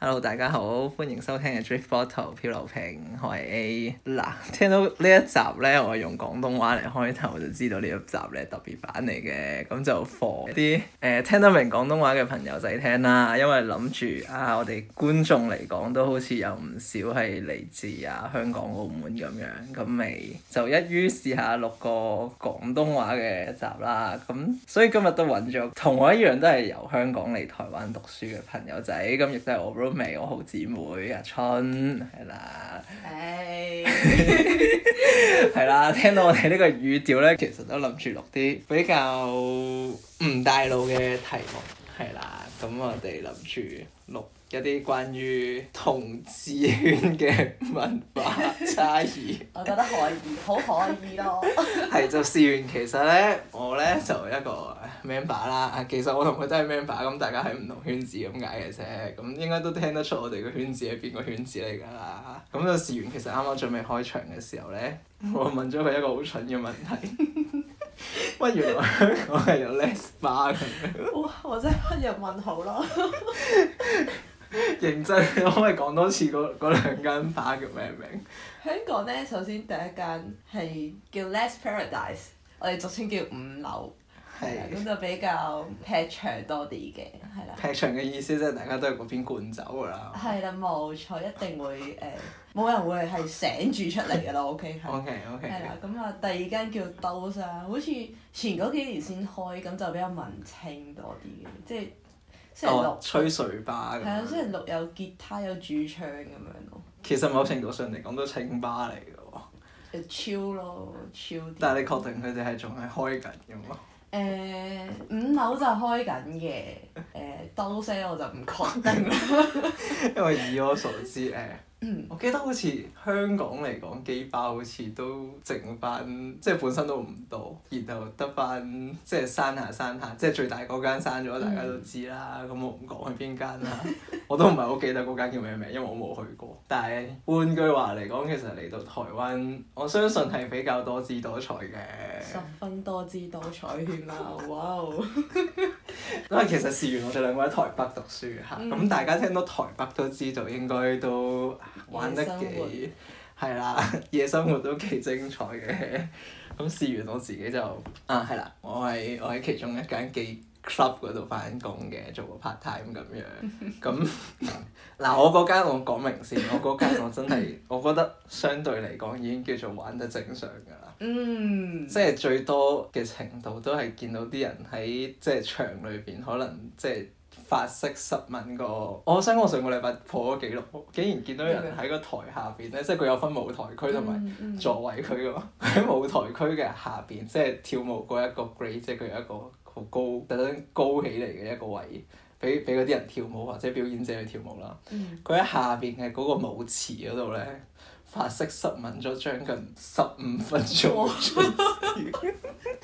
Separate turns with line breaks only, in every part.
Hello，大家好，歡迎收聽嘅 Drift Bottle 漂流瓶，我係 A。嗱，聽到呢一集咧，我用廣東話嚟開頭，我就知道呢一集咧特別版嚟嘅，咁就 for 啲誒聽得明廣東話嘅朋友仔聽啦，因為諗住啊，我哋觀眾嚟講都好似有唔少係嚟自啊香港、澳門咁樣，咁咪就一於試下錄個廣東話嘅集啦。咁所以今日都揾咗同我一樣都係由香港嚟台灣讀書嘅朋友仔，咁亦都係我 roommate 我好姊妹阿春，係啦，
唉，
係啦。聽到我哋呢個語調呢，其實都諗住錄啲比較唔大路嘅題目，係啦。咁我哋諗住錄一啲關於同志圈嘅文化差異。
我覺得可以，好可以咯。
係就事完，其實咧我咧就一個 member 啦，其實我同佢都係 member，咁大家喺唔同圈子咁解嘅啫，咁應該都聽得出我哋個圈子係邊個圈子嚟㗎啦。咁就事完，其實啱啱準備開場嘅時候咧，
嗯
我問咗佢一個好蠢嘅問題，乜原來香港係有 les bar 咁樣，
哇！我真係一樣問號咯。
認真可唔可以講多次嗰嗰兩間 bar 叫咩名？
香港咧，首先第一間係叫 Less Paradise，我哋俗稱叫五樓，係啦，
係
咁就比較劈場多啲嘅，係啦。
劈場嘅意思即係大家都係嗰邊灌酒㗎啦。
係啦，冇錯，一定會誒，冇、人會係醒住出嚟㗎啦。OK，係。
OK OK
係啦，咁啊，第二間叫兜啦，好似前嗰幾年先開，咁就比較文青多啲嘅，即係星期六
哦，吹水吧咁
係啊，
樣
即係六有吉他有主唱咁樣咯，
其實某程度上嚟講都清吧嚟嘅喎，
誒超咯超啲。
但係你確定佢哋係仲係開緊嘅喎？
誒、五樓就開緊嘅，誒兜西我就唔確定啦。
因為以我所知誒，我記得好似香港嚟講機吧好似都剩翻，即係本身都唔多，然後得翻即係刪下刪下，即係最大嗰間刪咗，大家都知啦。咁、我唔講去邊間啦， 我都唔係好記得嗰間叫咩名，因為我冇去過。但係換句話嚟講，其實嚟到台灣，我相信係比較多姿多彩嘅。
十分多姿多彩圈啦，哇哦！
因為其實事緣我哋兩個喺台北讀書嘅嚇，咁、
嗯
大家聽到台北都知道應該都玩得幾係啦， 夜生活都幾精彩嘅。 咁事緣我自己就啊係啦，我喺我喺其中一間記 club 嗰度翻工嘅，做個 part time 咁樣。咁 嗱，我嗰間我講明先，我嗰間我真係我覺得相對嚟講已經叫做玩得正常㗎啦。
嗯，
即係最多嘅程度都係見到啲人喺即係場裏邊，可能即係發式十問個。我想講我上個禮拜破咗記錄，竟然見到有人喺個台下邊咧，即係佢有分舞台區同埋
嗯嗯
座位區㗎嘛。喺舞台區嘅下邊，即係跳舞嗰一個 grade，即係佢有一個好高特登高起嚟嘅一個位，俾俾嗰啲人跳舞或者表演者去跳舞啦。
嗯
佢喺下邊嘅嗰個舞池嗰度咧，發式濕吻咗將近十五分鐘。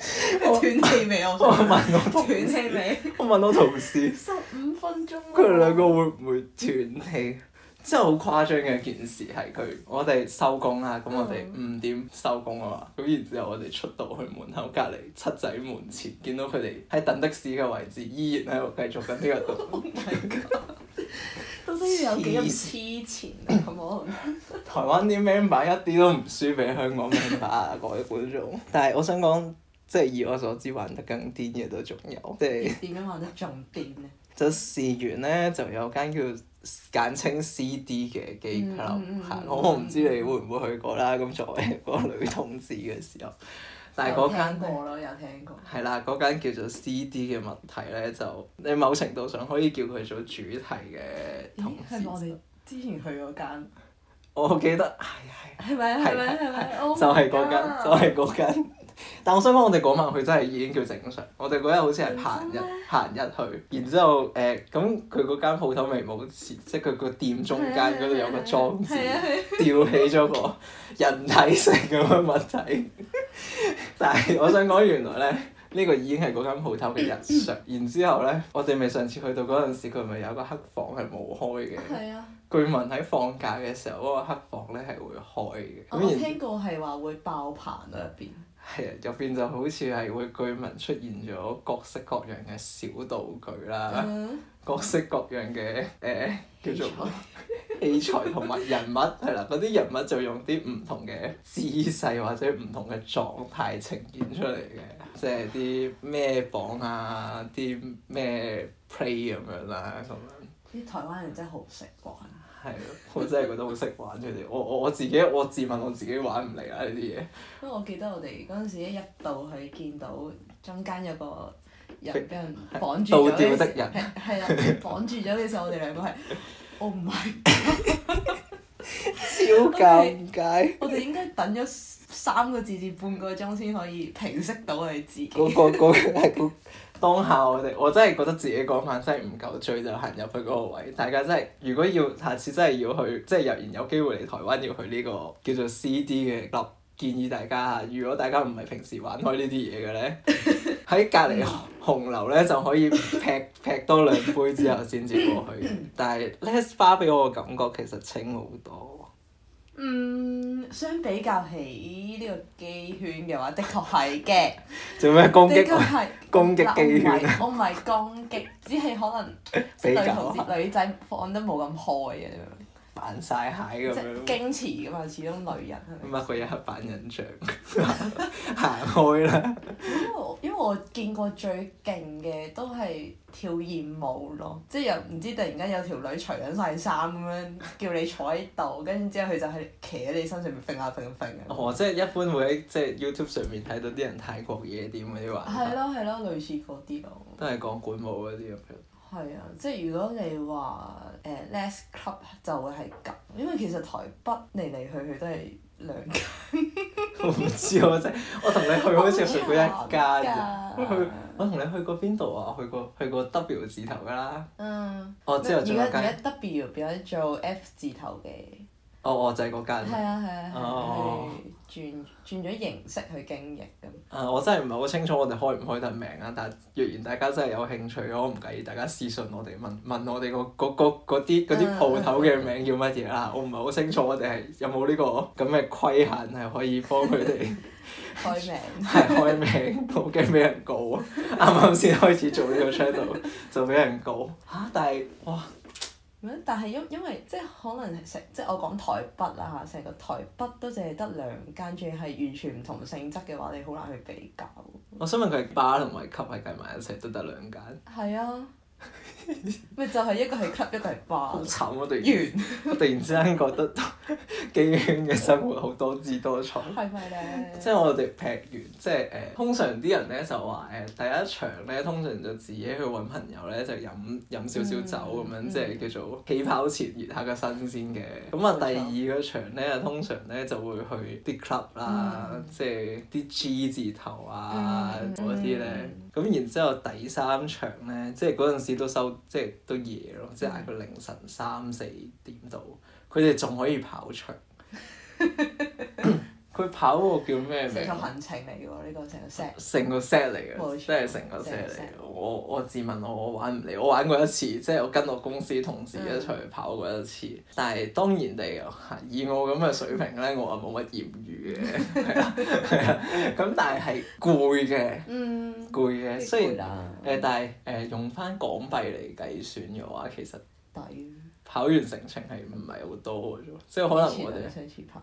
哇
我
斷氣未？啊 我
我
想
問我同
斷
事，
氣未？
我問我同事，
十五分鐘啊。
佢哋兩個會唔會斷氣？真係好誇張嘅一件事係佢，我哋收工啦，咁我哋五點收工啊嘛，咁然之後我哋出到去門口隔離七仔門前，見到佢哋喺等的士嘅位置，依然喺度繼續緊呢個動作
Oh my god！到底要有幾咁黐纏啊？好冇？
台灣啲 member 一啲都唔輸俾香港 member 啊，各位觀眾。但係我想講，即係以我所知玩得更癲嘅都仲有，即係。
點樣玩得仲癲呢？
就試完咧，就有間叫簡稱 CD 嘅機構嚇，
嗯嗯嗯嗯
我唔知你會唔會去過啦。咁作為 一個女同志嘅時候，但係
有
嗰
聽
間
過咯，有聽過。
係啦，嗰間叫做 CD 嘅物體咧，就你某程度上可以叫佢做主題嘅
咦
同，
係咪我
志。
哋之前去嗰間？
我記得係
係咪？係咪？係咪？Oh 就
係，就係嗰間，就係嗰間。 但我想講，我哋嗰晚去真係已經叫正常。我哋嗰日好似係閒日
認真咩
閒日去，然之後誒咁佢嗰間鋪頭咪冇設，即係佢個店中間嗰度有個裝置。
係啊係啊
吊起咗個人體成咁嘅物體。 但係我想講，原來咧呢、個已經係嗰間鋪頭嘅日 常。然之後咧，我哋咪上次去到嗰陣時，佢咪有個黑房係冇開嘅。
係啊！
據聞喺放假嘅時候，嗰、個黑房咧係會開嘅。
哦我
咁然
聽過係話會爆棚啊入邊。
係啊，入邊就好似係會據聞出現咗各式各樣嘅小道具啦，
嗯
各式各樣嘅誒、呃叫做
器材
器材同埋人物係啦，嗰啲人物就用啲唔同嘅姿勢或者唔同嘅狀態呈現出嚟嘅，即係啲咩榜啊，啲咩 play 咁樣啦，咁樣
啲台灣人真係好識玩。
係咯，我真係覺得好識玩佢哋，我我我自己我自問我自己玩唔嚟啦呢啲嘢，
因為我記得我哋嗰陣時一入到去見到中間有個人俾人綁住咗
倒吊的
時
人
係係啦，綁住咗嘅時候，我哋兩個係，，Oh 我唔係，
超尷尬。
我哋應該等咗三個字至半個鐘先可以平息到我哋自己。
嗰、個嗰、個係個當下我哋，我真係覺得自己嗰晚真係唔夠醉就行入去嗰個位。大家真係，如果要下次真係要去，即係若然有機會嚟台灣要去呢、個叫做 CD 嘅 club，建議大家如果大家唔係平時玩開呢啲嘢嘅咧，喺隔離紅樓咧就可以劈 劈多兩杯之後先至過去。但係 Les Bar 俾我嘅感覺其實清好多。
嗯，相比較起呢個機圈嘅話，的確係嘅。
做咩攻擊
的確
我？
係
攻擊
嗱
機圈啊
我唔係我唔係攻擊，只係可能
比
女
較啊
同志女仔放得冇咁開啊，
扮晒蟹
你明唔
咁
明即
樣
係。矜持噶嘛，始終女人係咪？
乜佢有刻板印象， 行開啦。
因為我因為我見過最勁嘅都係跳豔舞咯，即係又唔知突然間有條女除緊晒衫咁樣叫你坐喺度，跟住之後佢就係騎喺你身上面揈下揈揈啊。
哦，即係一般會喺即係 YouTube 上面睇到啲人泰國夜店嗰啲玩
係
法，
咯係咯，類似嗰啲咯。
都係講管舞嗰啲咁樣。
係啊，即係如果你話誒 less club 就會係咁，因為其實台北嚟嚟去去都係兩間。
我唔知我真係，我同你去好似去過一家咋。
好
我去我
慘㗎
同你去過邊度啊？我去過去過 W 字頭㗎啦。
嗯。
哦之後仲有
而家而
間
家 W 變咗做 F 字頭嘅。
哦哦，就係嗰
係
間。
啊係啊係啊
哦，
佢哋轉轉咗形式去經營咁。
啊，我真係唔係好清楚我哋開唔開得名啊！但係若然大家真係有興趣，我唔介意大家私信我哋問問我哋個嗰嗰嗰啲嗰啲鋪頭嘅名叫乜嘢啦。我唔係好清楚我哋係有冇呢個咁嘅規限係可以幫佢哋。
開名。
係開名，我驚俾人告啊！啱啱先開始做呢個 channel 就俾人告嚇、但係哇，
咁但係因因為即係可能成即係我講台北啦嚇，成個台北都淨係得兩間，仲要係完全唔同性質嘅話，你好難去比較。
我想問佢係 bar 同埋 club 係計埋一齊都得兩間，
係啊，咪就係一個係 club，一個係
好
bar。
慘啊！突然
完
突然之間覺 得基圈嘅生活好多姿多彩。
係咪咧？
即係我哋劈完，即係誒、呃通常啲人咧就話誒、呃第一場咧，通常就自己去揾朋友咧，就飲飲少少酒咁樣，
嗯
即係叫做起跑前熱下個新鮮嘅。咁啊，
冇錯
第二個場咧，通常咧就會去啲 club 啦，
嗯
即係啲 G 字頭啊
嗯嗯
嗰啲咧。咁然之後第三場咧，即係嗰陣時都收，即係都夜咯，
嗯
即係嗌佢凌晨三四點度，佢哋仲可以跑場。 佢跑嗰個叫咩
成
名
個
啊？
行程嚟嘅喎，呢個成個 set。
成個 set 嚟
冇
嘅，
錯
即係成個
成
set
個
嚟
set
嘅。我我自問我我玩唔嚟，我玩過一次，即係我跟我公司同事一齊去跑過一次。但係當然地，啊以我咁嘅水平咧，我係啊冇乜豔遇嘅， 係啦，係啦。咁但係係攰嘅，
嗯。
攰嘅。雖然
啦，
誒、但係誒、用翻港幣嚟計算嘅話，其實
抵。
跑完成程係唔係好多嘅啫？即係可能我哋。
上次拍。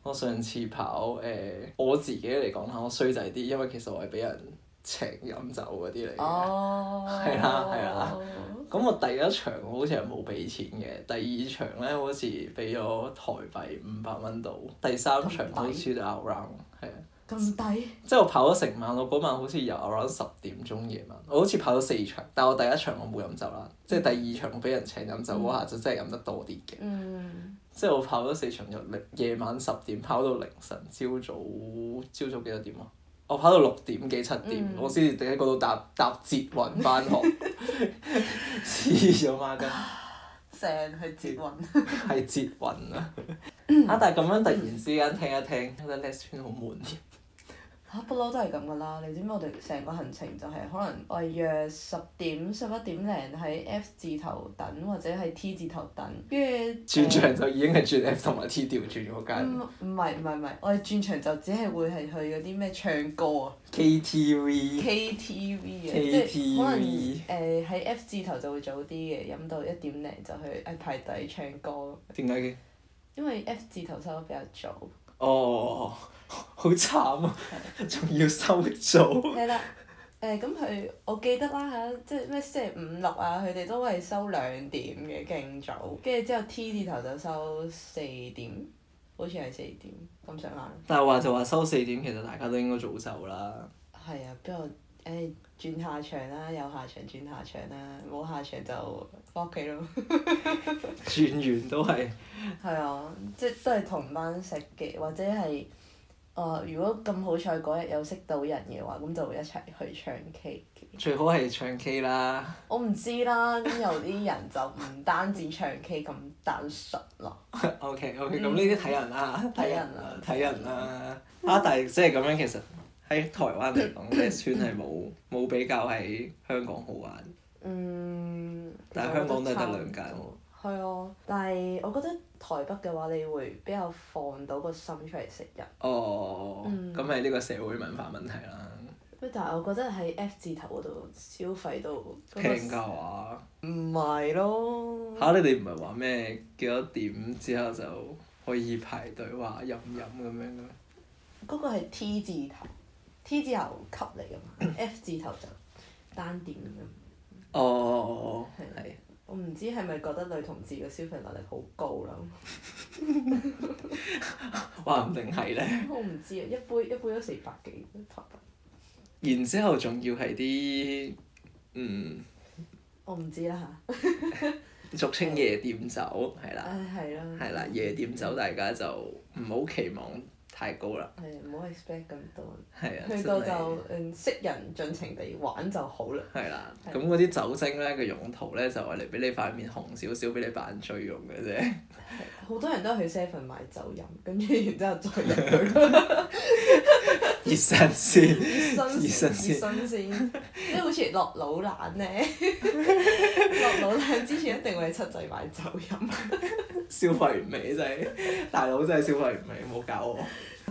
我上次跑誒、呃我自己嚟講啦，我衰仔啲，因為其實我係俾人請飲酒嗰啲嚟嘅。咁、
哦。
係啦係啦。我第一場我好似係冇俾錢嘅，第二場咧好似俾咗台幣五百蚊到，第三場好似就 around 係啊，
咁抵。
即係我跑咗成晚，我嗰晚好似由 around 十點鐘夜晚，我好似跑咗四場，但我第一場我冇飲酒啦，即係第二場我俾人請飲酒嗰下就真係飲得多啲嘅。
嗯。
即係我跑咗四場，由零夜晚十點跑到凌晨，朝早朝早幾多點啊？我跑到六點幾七點，
嗯
我先至喺嗰度搭搭捷運翻學，黐咗孖筋，
正去捷運。
係捷運啊！啊，但係咁樣突然之間聽一聽，覺得 Les 圈好悶添。
嚇不嬲都係咁噶啦，你知唔知我哋成個行程就係可能我係約十點十一點零喺 F 字頭等或者係 T 字頭等，跟住
轉場就已經係轉 F 同埋 T 調轉嗰
呃
間
唔唔係唔係唔係，我哋轉場就只係會係去嗰啲咩唱歌啊
KTV。
KTV 啊，即係可能
KTV
誒喺 F 字頭就會早啲嘅，飲到一點零就去誒排隊唱歌，
點解嘅？
因為 F 字頭收得比較早。
哦，好慘啊！仲要收早。
係啦，誒咁佢我記得啦嚇，即係咩星期五六啊，佢哋都係收兩點嘅勁早，跟住之後 T 字頭就收四點，好似係四點咁上下啦。
但係話就話收四點，其實大家都應該早走啦。
係啊，不過誒轉下場啦，有下場轉下場啦，冇下場就翻屋企咯。
轉完都係
係啊，即係都係同班食嘅，或者係誒、呃如果咁好彩嗰日有識到人嘅話，咁就會一齊去唱 K 嘅。
最好係唱 K 啦。
我唔知啦，咁有啲人就唔單止唱 K 咁單純咯。
OK OK，咁呢啲睇人啦，嗯 睇人啦，睇人啦。啊，但係即係咁樣，其實喺台灣嚟講，即係村係 冇冇比較喺香港好玩。
嗯，
但係香港都係得兩間喎
係啊，但係我覺得台北嘅話，你會比較放到個心出嚟食人。
哦，
嗯
咁係呢個社會文化問題啦。
喂，但係我覺得喺 F 字頭嗰度消費到嗰個
平價話
唔係咯。
啊嚇，你哋唔係話咩幾多點之後就可以排隊話飲唔飲咁樣嘅咩？
嗰個係 T 字頭，T 字頭級嚟㗎 嘛，F 字頭就單點咁樣。
哦哦，哦哦係。
我唔知係咪覺得女同志嘅消費能力好高啦。
話唔定係咧。
我唔知啊，一杯一杯都四百幾台幣，
然之後仲要係啲嗯
我唔知 啦嚇。
俗稱夜店酒係啦，
唉，係啦。
係啦，夜店酒大家就唔好期望太高啦，
係唔好 expect 咁多，
係啊，真
去到
係
就嗯識人盡情地玩就好啦。
係啦。
係
咁嗰啲酒精咧嘅用途咧就係嚟俾你塊面紅少少，俾你扮醉用嘅啫。
好多人都係去 seven 買酒飲，跟住然之後再入去咯，
熱身先，
熱
熱身
身
先。
熱身先， 即係好似落老蘭咧，落老蘭之前一定會喺七仔買酒飲。
消費完美真係，大佬真係消費完美，冇搞我。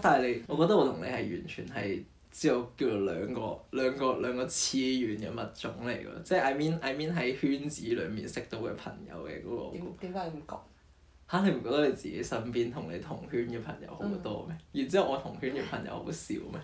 但係你，我覺得我同你係完全係知道叫做兩個兩個兩個次元嘅物種嚟㗎，即係 I mean I mean 喺圈子裡面識到嘅朋友嘅嗰、個
點點解咁講？
嚇、你唔覺得你自己身邊同你同圈嘅朋友好多
嗯
咩？然之後我同圈嘅朋友好少咩？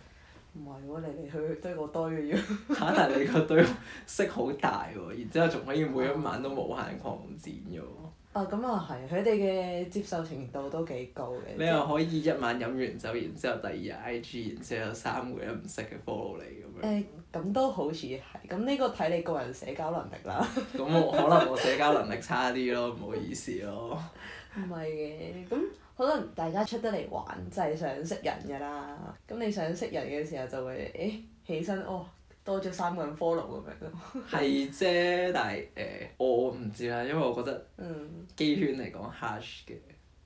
唔係喎，嚟嚟去去都係嗰堆嘅啫。
嚇、但係你個堆識好大喎，然之後仲可以每一晚都無限擴展嘅喎。
啊，咁啊係，佢哋嘅接受程度都幾高嘅。
你又可以一晚飲完酒，然之後第 二日 IG，然之後有三個人唔識嘅 follow 你
誒咁都好似係，咁呢個睇你個人社交能力啦。
咁樣， 咁我可能我社交能力差啲咯，唔好意思咯。
唔係嘅，咁可能大家出得嚟玩就係想識人㗎啦。咁你想識人嘅時候就會，誒、起身哦，多咗三個人 follow 咁樣咯。
係啫，但係誒、我唔知啦，因為我覺得
嗯，
基圈嚟講 hush 嘅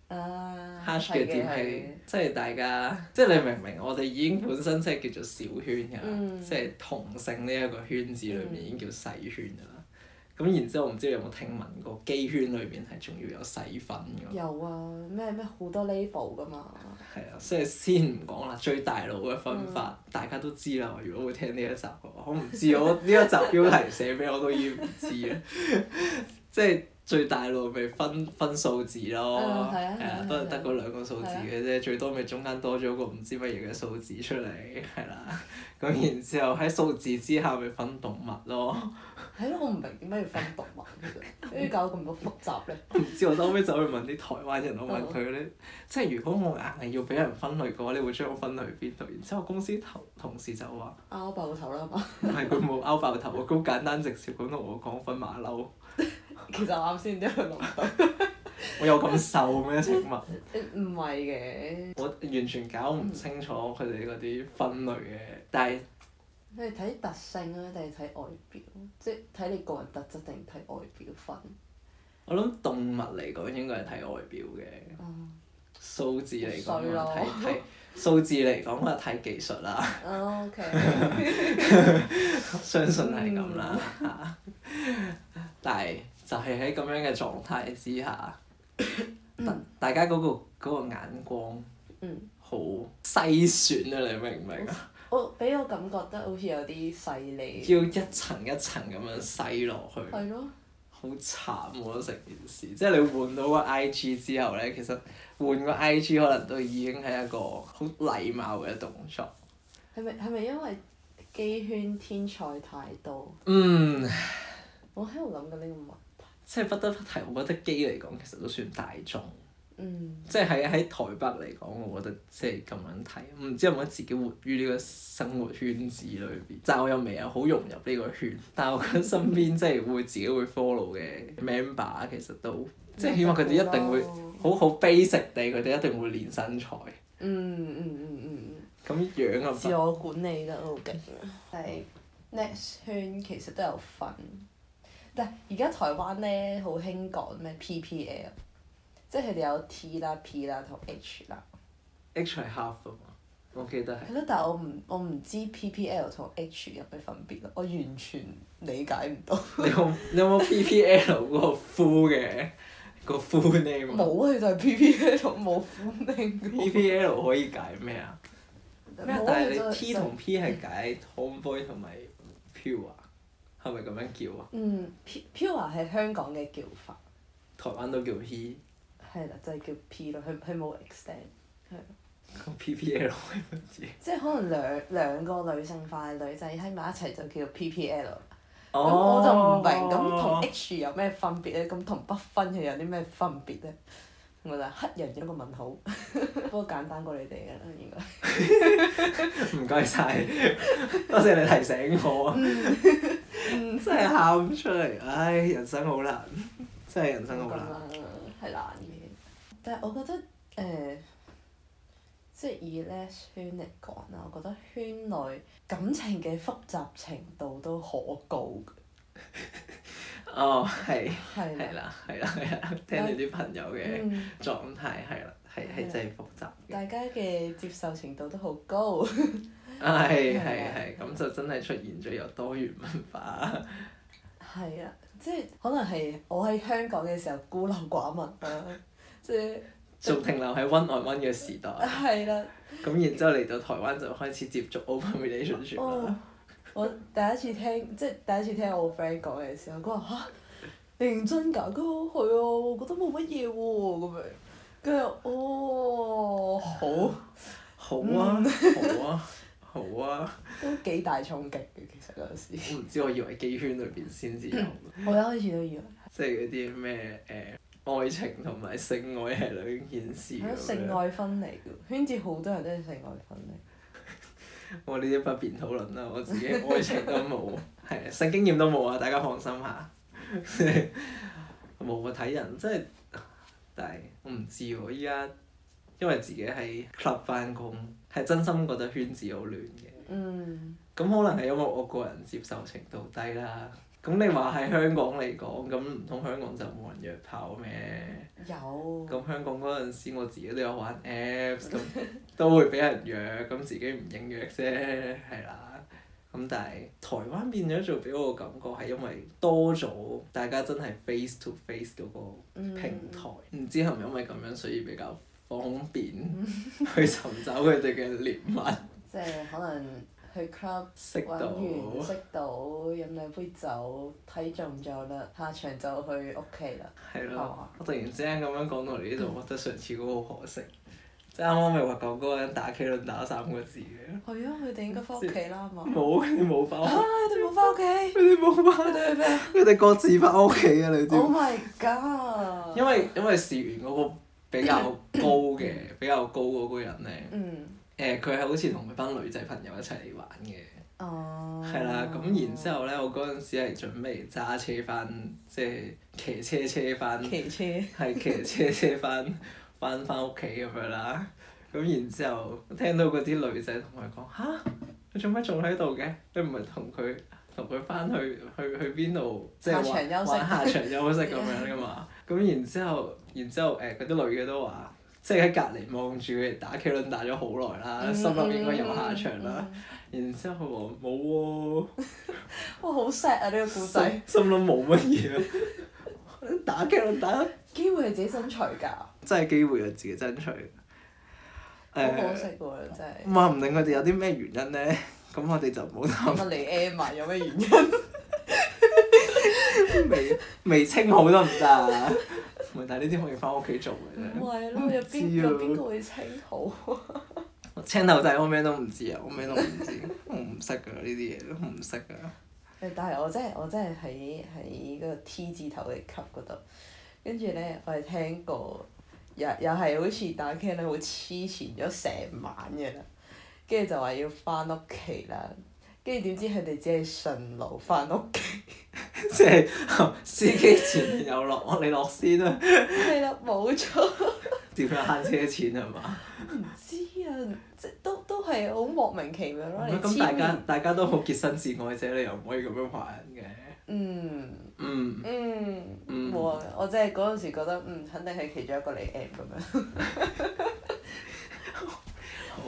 啊，
hush
係
嘅點係
係
即係大家，即係你明唔明？我哋已經本身即係叫做小圈㗎啦，
嗯
即係同性呢一個圈子裏面已經叫細圈㗎啦。咁然之後，唔知你有冇聽聞過基圈裏面係仲要有細分㗎？
有啊，咩咩好多 label 㗎嘛。
係啊，即係先唔講啦，最大路嘅分法、
嗯
大家都知啦。如果會聽呢一集嘅話，我唔知我呢 一集標題寫咩我都已經唔知啦。即係最大路咪分分數字咯，
嗯係啊
係
係啊
都係
係啊
得嗰兩個數字嘅啫，最多咪中間多咗個唔知乜嘢嘅數字出嚟，係啦。咁然之後喺數字之下咪分動物咯，
係咯，我唔明點解要分讀物嘅啫，點解要搞咁多複雜咧？
唔知我後尾走去問啲台灣人，我問佢
哦
咧，即係如果我硬係要俾人分類嘅話，你會將我分類邊度？然之後公司同同事就話。
拗爆頭啦嘛！
唔係佢冇拗爆頭，我咁簡單直接咁同我講分馬騮，
其實我啱先都有諗到，
我有咁瘦咩？請 問，
誒唔係嘅。
我完全搞唔清楚佢哋嗰啲分類嘅，但係
你係睇特性啊，定係睇外表？即係睇你個人特質定睇外表分？
我諗動物嚟講應該係睇外表嘅，
嗯，
數字嚟
衰
講
咯
睇睇數字嚟講話睇技術啦。
哦，OK，
相信係咁啦嚇。
嗯
但係就係喺咁樣嘅狀態之下，大大家嗰、個嗰個眼光
嗯，
好篩選啊！你明唔明啊？
我俾我感覺得好似有啲細膩。
要一層一層咁樣篩落去，
係咯，
好慘喎！成件事，即係你換到個 I G 之後咧，其實換個 I G 可能都已經係一個好禮貌嘅動作。
係咪係咪因為機圈天才太多？
嗯。
我喺度諗緊呢個問題。
即係不得不提，我覺得機嚟講其實都算大眾，
嗯，
即係喺喺台北嚟講，我覺得即係咁樣睇，唔知有冇自己活於呢個生活圈子裏邊。但係我又未有好融入呢個圈，但係我覺得身邊即係會自己會 follow 嘅 member 其實都即係起碼佢哋一定會好好 basic 地，佢哋一定會練身材。
嗯嗯嗯嗯嗯，
咁樣啊
自我管理得好勁啊！但係 next 圈其實都有分，但係而家台灣咧好興講咩 PPL，即係啊佢哋有 T 啦、P 啦同 H 啦。
，H 係 half 啊嘛，我記得係。
係咯，但係我唔我唔知 PPL 同 H 有咩分別咯，我完全理解唔到。
你有你有冇 PPL 嗰個 full 嘅個 full name 啊
冇啊，佢就係 PPL 同冇款定㗎。
PPL 可以解咩啊？
冇啊
咩？但
佢
係
就
你 T 同 P 係解 Tomboy 同埋 Pure 啊？係咪咁樣叫啊？
嗯，P- Pure 係香港嘅叫法。
台灣都叫 P，
係啦，就係、叫 P 咯，佢佢冇 extend，
咁 PPL 係乜嘢？
即係可能兩兩個女性化嘅女仔喺埋一齊就叫 PPL 啦。
哦
咁、我就唔明，咁同 H 有咩分別咧？咁同不分又有啲咩分別咧？我就黑人一個 問號，不過簡單過你哋㗎啦，應該。欸
唔該晒，多謝你提醒我啊！
嗯
真係喊出嚟，唉，人生好難，真係人生好難。
咁啦，係難嘅。但係我覺得誒、呃即係以 Les 圈嚟講啦，我覺得圈內感情嘅複雜程度都可告嘅，
哦，係
係
係
啦。
啦，係啦，係啦，聽你啲朋友嘅
嗯
狀態係啦，係係真係複雜嘅。
大家嘅接受程度都好高，
啊，係
係
係
啊
係，咁就真係出現咗有多元文化。
係啊，即係可能係我喺香港嘅時候孤陋寡聞 啦，即係啊
仲停留喺 one on one 嘅時代，
係啦，
咁然之後嚟到台灣就開始接觸 open relationship
哦
啦。，
我第一次聽，即係第一次聽我 friend 講嘅時候，佢話嚇認真㗎，佢話係啊，我覺得冇乜嘢喎咁樣，跟住我哦嗯好，
好啊，好啊，好啊！
都幾大衝擊嘅其實嗰 陣時，
我唔知，我以為機圈裏邊先 至有，
我一開始都以為
即係嗰啲咩誒愛情同埋性愛係兩件事
係咯
咁
性
樣。
愛分離嘅，圈子好多人都係性愛分離。
我呢啲不便討論啦，我自己愛情都冇，係性經驗都冇啊！大家放心下， 冇啊！睇人真係，但係我唔知喎。依家因為自己喺 club 翻工，係真心覺得圈子好亂嘅。
嗯。
咁可能係因為我個人接受程度低啦。咁你話喺香港嚟講，咁唔通香港就冇人約炮咩？
有，
咁香港嗰陣時，我自己都有玩 Apps，咁 都會俾人約，咁自己唔應約啫，係啦。咁但係台灣變咗做俾我感覺係因為多咗大家真係 face to face 嗰個
嗯
平台，唔、知係咪因為咁樣，所以比較方 便去尋找佢哋嘅獵物，
即係可能去 club
識
玩
到。
完識到飲兩杯酒，睇中咗啦，下場就去屋企啦。
係
係
咯
嘛，
我突然之間咁樣講到嚟呢
嗯
度，我覺得上次嗰個好可惜，即係啱啱咪話講嗰個人打茄輪打三個字嘅，
係啊，佢哋應該翻屋企啦嘛。
冇佢哋冇翻
啊！
屋，
佢哋冇翻屋企，
佢哋冇翻屋，
佢哋去咩
佢哋各自翻屋企啊！你知唔
？Oh
知？
my god！
哦因為因為試完嗰個比較高嘅比較高嗰個人咧，
嗯，
誒佢係好似同佢班女仔朋友一齊嚟玩嘅，
哦，
係啦，咁然之後咧，我嗰陣時係準備揸車翻，即係騎車車翻。
騎車，
係騎車 車翻翻翻屋企咁樣啦。咁然之後，聽到嗰啲女仔同佢講吓，你做咩仲喺度嘅？你唔係同佢同佢翻去去去邊度？即係
下
玩
場休息
玩下場休息咁樣噶嘛。咁然之後，然之後誒嗰啲女嘅都話。即係喺隔離望住佢哋打茄輪打咗好耐啦，啊心諗應該有下場啦。
嗯嗯。嗯嗯
然之後佢話冇喎。
哇！好 sad 啊呢個故仔，
心諗冇乜 嘢啊，打機都打，
機會係自己爭取㗎，好
真係機會就自己爭取。誒、
可惜喎真係。
話唔定佢哋有啲咩原因咧， 咁我哋就唔好
乜你 M 啊？有咩原 因？唔
諗，未未清好得唔得啊？ 唔係，但係呢啲可以翻屋企做嘅啫。
係咯，有邊
知啊
有邊個會清好啊？
青頭仔我咩都唔知啊，我咩都唔知，我唔識㗎呢啲嘢，我唔識㗎。
誒但係我真係我真係喺喺嗰個 T 字頭嘅級嗰度，跟住咧我係聽過，又又係好似打 K 咧，好黐纏咗成晚嘅啦，跟住就話要翻屋企啦，跟住點知佢哋只係順路翻屋企，
即係 司機前面有落，我你落先啦，
係啦冇錯。
點樣慳車錢係嘛？
唔知啊，即都都係好莫名其妙咯。你
咁
黐
大家
面
大家都好潔身自愛者，你又唔可以咁樣話人嘅。
嗯
嗯。
嗯
嗯
冇啊！我真係嗰陣時覺得嗯，肯定係其中一個你 M 咁樣。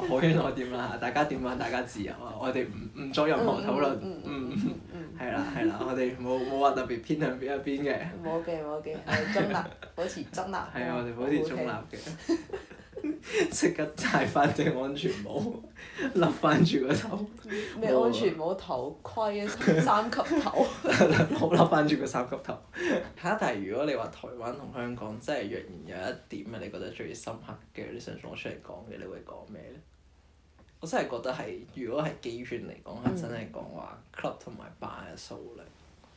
我圈我點啦，大家點玩大家自由啊！我哋唔唔做任何討論，
嗯
嗯，
嗯嗯
係啦係啦，我哋冇冇話特別偏向邊一邊嘅，
嗯，冇嘅冇嘅，我哋 中立，保持中立。
係啊，我哋保持中立
好
嘅。即刻戴翻隻安全帽，笠翻住個頭，
聽。咩安全帽、頭盔啊，三級 頭。
冇笠翻住個三級頭。嚇！但係如果你話台灣同香港真係若然有一點啊，你覺得最深刻嘅，你想攞出嚟講嘅，你會講咩咧？我真係覺得係，如果係機圈嚟講，係真係講話 club 同埋 bar 嘅數量。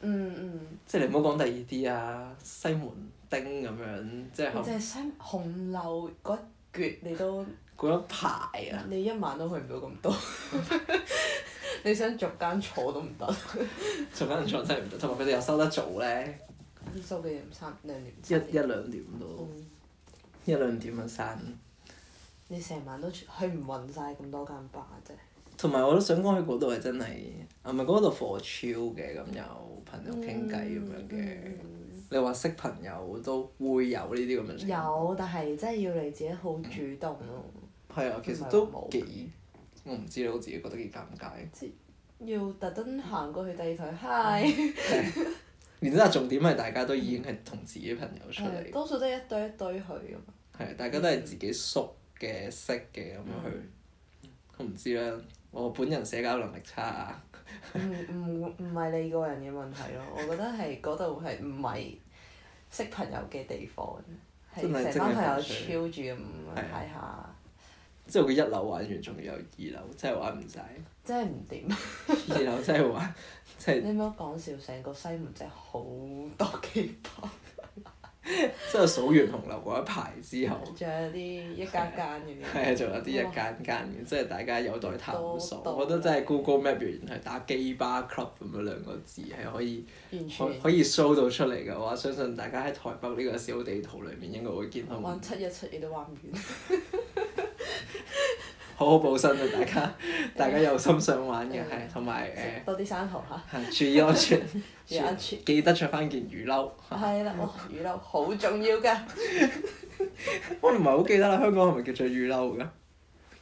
嗯嗯，
即係你唔好講第二啲啊，西門町咁樣，即係
你
後
就係想紅樓嗰一橛，你都
嗰一排啊，
你一晚都去唔到咁多。 你想逐間坐都唔得，
做緊做真係唔得，同埋佢哋又收得早咧，
收幾點三兩點？
一一兩點到，
嗯
一兩點就散。
你成晚都去唔暈晒咁多間吧啫。
同埋我都想講佢嗰度係真係，啊唔係嗰度 for chill 嘅，咁有朋
嗯
友傾偈咁樣嘅。你話識朋友都會有呢啲咁嘅情況。
嗯有，但係真係要你自己好主動咯，
係啊，其實都幾，我唔知啦，我自己覺得幾尷尬。
要特登行過去第二台嗨，
然之後重點係大家都已經係同自己朋友出嚟
係。嗯多數都係一堆一堆去啊㗎嘛。
係，啊大家都係自己熟嘅、識嘅咁樣去。我唔知啦，我本人社交能力差啊。
唔唔唔係你個人嘅問題咯，我覺得係嗰度係唔係識朋友嘅地方，係
真係
成班朋友
精
超住咁
係啊
睇下，
即係佢一樓玩完，仲有二樓，真係玩唔晒。
真係唔掂。
二樓真係玩，即係
你唔好講笑，成個西門真係好多機巴，
即係數完紅樓嗰一排之後，
仲有啲一間間嘅。
係啊，仲有啲一間間嘅，即係大家有待探索。我覺得真係 Google Map 原來係打基巴 club 咁樣兩個字係可以
完全
可可以 show 到出嚟嘅話，相信大家喺台北呢個小地圖裏面應該會見到。
玩七日七夜都玩唔完。
好好保身啊！大 家大家有心想玩嘅係，
嗯
同埋
多啲生蠔 嚇，
誒係注意安全，
注意安全
記得着翻件雨褸。
係啦，哇！魚柳好重要㗎，
我唔係好記得啦，香港係咪叫做雨褸 㗎？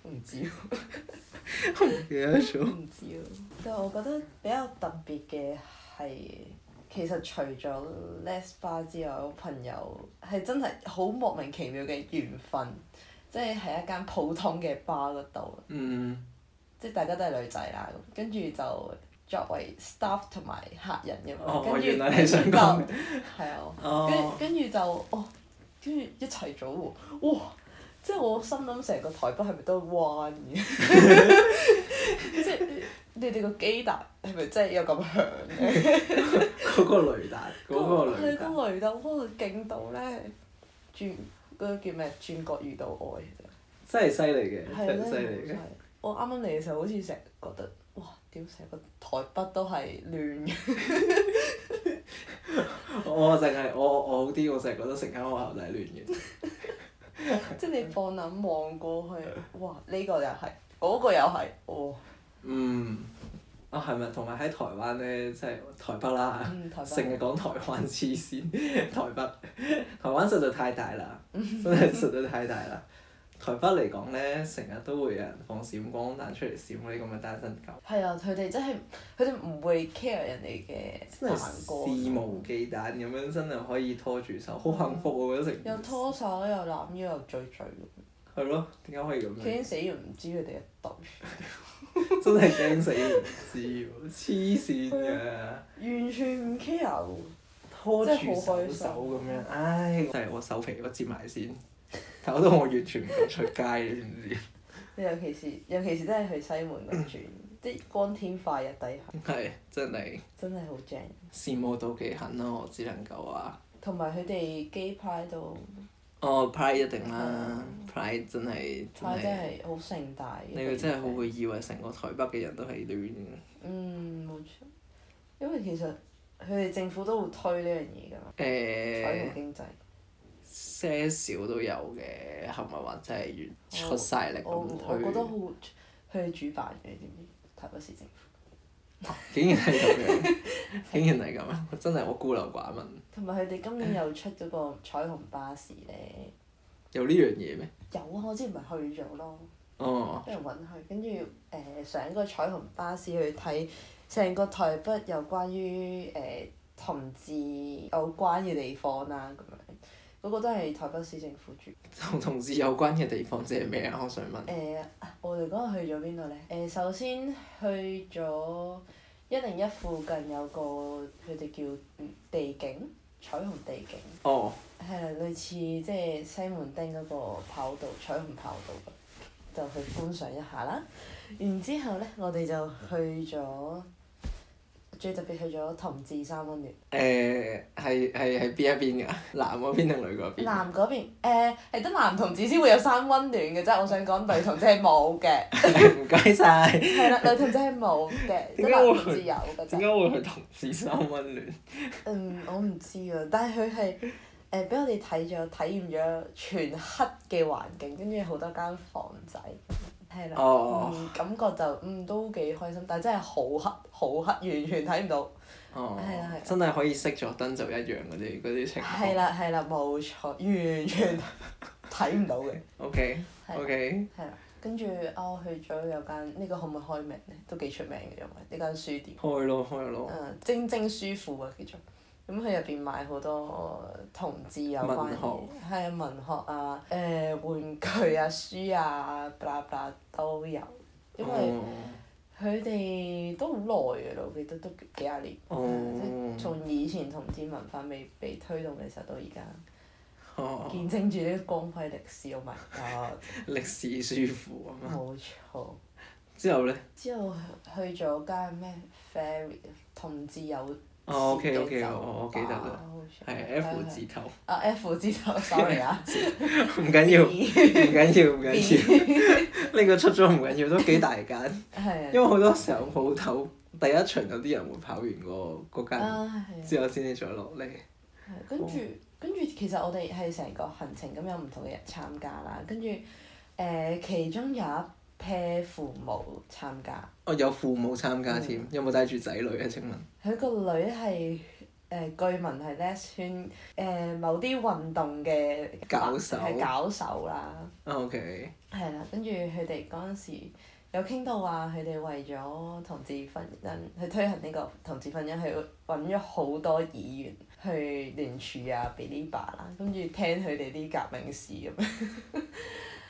唔知喎
唔記得咗。
唔知喎。但係我覺得比較特別嘅係，其實除咗 Les Bar 之外，我朋友係真係好莫名其妙嘅緣分，即係喺一間普通嘅 bar 嗰度，
嗯，
即係大家都係女仔啦，咁跟住就作為 staff 同埋客人咁樣，
哦，
跟
原
住
來你想
就
講
係啊。跟
哦，
跟住就哦，跟住一齊咗喎，哇！即係我心諗成個台北係咪都係彎嘅？ 即係你哋個機達係咪真係有咁響咧？
嗰個雷達，嗰個雷
係
達，
個雷達，哇！勁到咧，轉嗰個叫咩？轉角遇到愛
真係犀利嘅，
其實
真係犀
係
利
咧
嘅。。
我啱啱嚟嘅時候，好似成日覺得哇！屌成個台北都係亂嘅，
我淨係我我好啲，我淨係覺得成間學校都係亂嘅。
即係你放眼哦望過去，哇！呢個又係，嗰個又係，哇！
嗯，啊係咪？同埋喺台灣咧，即係台北啦。
嗯，台
成日
北。
講台灣黐線， 台北台灣實在太大 啦，真係實在太大啦。台北嚟講咧，成日都會有人放閃光彈出嚟閃嗰啲咁嘅單身狗，
係啊，佢哋真係佢哋唔會 care 人哋嘅
真係
行過。
肆無忌憚咁樣，真係可以拖住手，好幸福啊我覺得成。
又拖手又攬腰又嘴嘴，
係咯，點解可以咁
佢已
樣？
經死完唔知佢哋一對，
真係驚死唔知喎，黐線嘅。
完全唔 care 喎。
拖住
真係好
手
開心
手咁樣，唉！真係我手皮我接埋先， 搞到我完全唔敢出街，你知唔知？
尤其是尤其是真係去西門嗰轉，即係光天化日底下，
係真係。
真係好正。
羨慕妒忌恨咯，我只能夠話。
同埋佢哋機派度，
哦，pride 一定啦，pride 真係真
派嗯真
係，
係好盛大嘅。
你會真係好會以為成個台北嘅人都係亂嘅。
嗯，冇錯。因為其實佢哋政府都會推呢樣嘢㗎嘛，彩虹
誒，
經濟。
些少都有嘅，係咪話真係完出晒力
我
咁
我覺得好
推？
佢哋主辦嘅，你知唔知？台北市政府。
竟然係咁樣，竟然係咁啊！我真係我孤陋寡聞，
同埋佢哋今年又出咗個彩虹巴士咧，
有呢樣嘢咩？
有啊！我之前咪去咗咯，
哦，
俾人揾去，跟住誒上嗰個彩虹巴士去睇成個台北有關於誒、呃同志有關嘅地方啦，咁樣嗰、個都係台北市政府住。
同同志有關嘅地方即係咩啊？我想問
誒、。呃我哋嗰日去咗邊度咧？誒、首先去咗一零一附近有個佢哋叫嗯地景彩虹地景，
哦，
係啦，類似即係西門町嗰個跑道彩虹跑道咁，就去觀賞一下啦。然之後咧，我哋就去咗最特別去咗同志三温暖
誒係係係邊一邊㗎？ 男嗰邊定女嗰邊？
男嗰邊，誒、係得男同志先會有三温暖嘅啫。我想講女同志係冇嘅，
唔該晒。
係啦，女同志係冇嘅，
點
得
解
男
會
同志有嘅
點
啫。
解會去同志三溫 暖？
嗯，我唔知啊，但係佢係誒俾我哋睇咗體驗咗全黑嘅環境，跟住好多間房仔，係啦，
哦
嗯，感覺就嗯都幾開心，但係真係好黑，好黑，完全睇唔到。
哦
嗯係啦係啦
真係可以熄咗燈就一樣嗰啲嗰啲情
係
況。
啦係啦，冇錯，完全 睇唔到嘅，
O K
係
O
啦
K，
係啦。跟住啊，我去咗有間呢、個可唔可以開名咧？都幾出名嘅，因為呢間書店。
開咯開咯，
誒晶晶書庫啊叫做，咁佢入邊賣好多同志有關
文
嘅
學，
係啊文學啊，誒、玩具啊書啊，bla bla 都有，因為
哦
佢哋都好耐嘅啦，我記得都幾廿年，
哦
即係從以前同志文化未被推動嘅時候到而家，
哦，
見證住呢個光輝歷史，Oh my god，
歷史書庫啊嘛。
冇錯。
之後咧，
之後去咗間咩 Fairy 同志有
哦 OK
自己
OK，
酒
我我記得啦，
吧好似
係 F
係係
字頭，
啊 F 字頭，sorry 啊，
唔 緊要唔緊要唔緊 要，呢個出咗唔緊要，都幾大 間，因
係啊
為好多時候鋪頭第一場有啲人會跑完個嗰
啊，
間
啊係啊，
之後先至再落嚟。
係跟住跟住其實我哋係成個行程咁有唔同嘅人參加啦，跟住誒其中有一 pair 父母參加，
哦，有父母參加
嗯
添，有冇帶住仔女啊？請問？
佢個女係誒據聞係 Les 圈誒某啲運動嘅
搞手哦
係搞手啦。
O K，
係啦，跟住佢哋嗰陣時有傾到話，佢哋為咗同志婚姻去推行呢個同志婚姻，去揾咗好多議員去聯署啊、Beliba 啦，跟住聽佢哋啲革命史咁樣，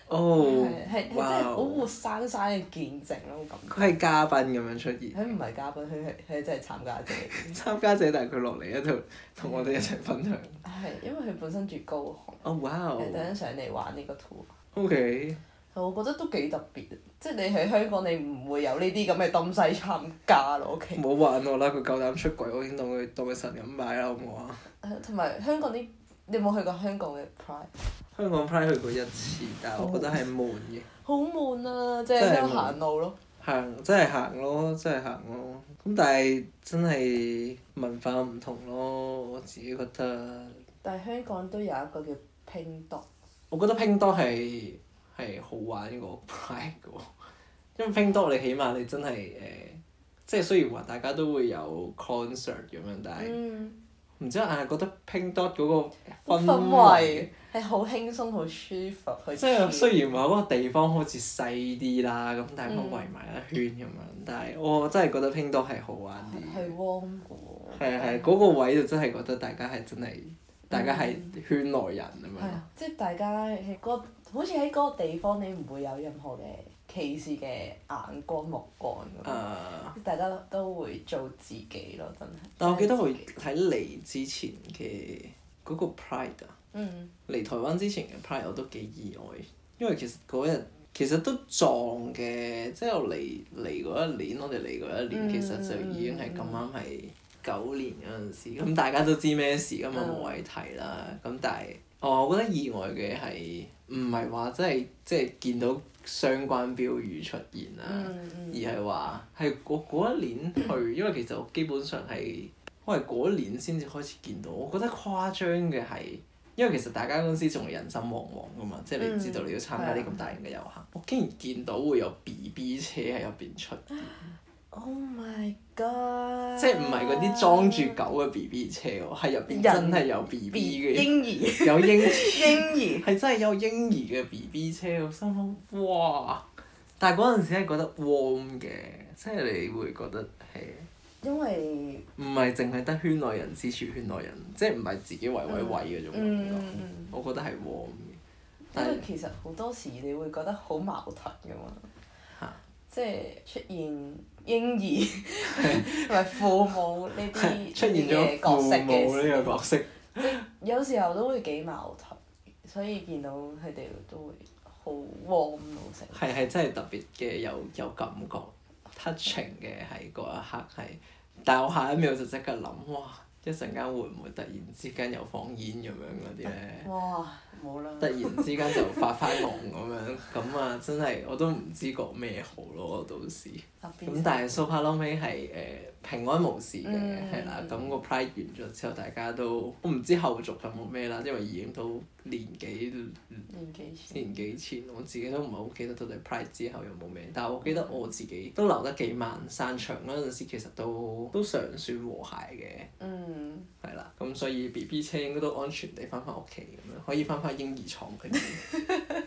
哦
係係係真，係好活
哇！
生生嘅見證咯，我感覺。
佢係嘉賓咁樣出現，
佢唔係嘉賓，佢係佢係真係參加者嚟嘅，
參加者但係佢落嚟喺
嗯
度同我哋一齊分享。
係因為佢本身住高雄，
哦，哇
係特登上嚟玩呢個 tour。
！O K，
我覺得都幾特別，即係你喺香港你唔會有呢啲咁嘅東西參加咯，OK。
冇玩我啦，佢夠膽出軌，我已經當佢當佢神咁拜啦，好唔好啊？
誒同埋香港啲，你有冇去過香港嘅 Pride？
香港 Pride 去過一次，但
哦
係我覺得係悶嘅，
好悶啊，即係
真係
喺
悶
度行路咯。
行真係行咯，真係行咯。咁但係真係文化唔同咯，我自己覺得。
但係香港都有一個叫拼多，
我覺得拼多係係好玩過 Pride 嘅喎，因為拼多你起碼你真係誒、呃即係雖然話大家都會有 concert 咁樣，但係
嗯，
唔知硬啊係覺得 Pink Dot 嗰個
氛
氛
圍係好輕鬆、好舒服，去
即係
chill
雖然話嗰個地方好似細啲啦，咁但係都
嗯
圍埋一圈咁樣，但係我真係覺得拼多係好玩啲
係係
嘅。
warm 嘅喎。
係啊係啊，嗰個位就真係覺得大家係真係，大家係圈內人咁
係
樣。
啊，即係大家喺嗰好似喺嗰個地方，你唔會有任何嘅歧視嘅眼光目光咁樣。
誒，
大家都會做自己咯，真係。
啊但我記得我
真係自己
喺嚟之前嘅嗰個 Pride 啊，
嗯
嚟台灣之前嘅 Pride 我都幾意外，因為其實嗰日其實都撞嘅，即係我嚟嚟嗰一年，我哋嚟嗰一年
嗯
其實就已經係咁啱係九年嗰陣時，咁大家都知咩事咁嘛，
嗯
冇謂提啦。咁但係哦，我覺得意外嘅係唔係話真係即係見到相關標語出現啊啦。
嗯
而
嗯。
係話係我嗰一年去，因為其實我基本上係我係嗰一年先至開始見到。我覺得誇張嘅係，因為其實大家嗰陣時仲係人心惶惶噶嘛，即係你知道你要參加啲咁大型嘅遊行，我竟然見到會有 B B 車喺入邊出，
Oh my god！
即係唔係嗰啲裝住狗嘅 B B 車喎，係入邊真係有 B
B
B 嘅，
嬰兒
有嬰兒
嬰兒
係真係有嬰兒嘅 B B 車，我心諗哇！但係嗰陣時係覺得 warm 嘅，即係你會覺得係。
因為
唔係淨係得圈內人支持圈內人，即係唔係自己圍圍圍嗰種感覺。
嗯嗯
我覺得係 warm 嘅，
因
但係
為其實好多時你會覺得好矛盾噶嘛，
嚇
即係出現嬰 兒同埋父母呢啲
出現
呢啲
咗
嘅角
父
色嘅
母
時
呢個角色，
有時候都會幾矛盾，所以見到佢哋都會好 warm 咯，成
係係真係特別嘅，有有感覺 touching 嘅喺嗰一刻係，但係我下一秒就即刻諗，哇！一陣間會唔會突然之間又放煙咁樣嗰啲咧？
哇冇啦
突，然之間就發翻夢咁樣，咁啊真係我都唔知講咩好咯，我到時。
特
咁
別
但係 so far 撈尾係誒平安無事嘅，
嗯
係啦、咁個 Pride 完咗之後，大家都我唔知後續有冇咩啦，因為已經都年幾
年紀前
年幾前，我自己都唔係好記得到底 Pride 之後有冇咩。但係我記得我自己都留得幾慢，散場嗰陣時其實都都尚算和諧嘅，
嗯
係啦。咁所以 B B 車應該都安全地翻返屋企咁樣，可以翻返嬰兒床佢哋。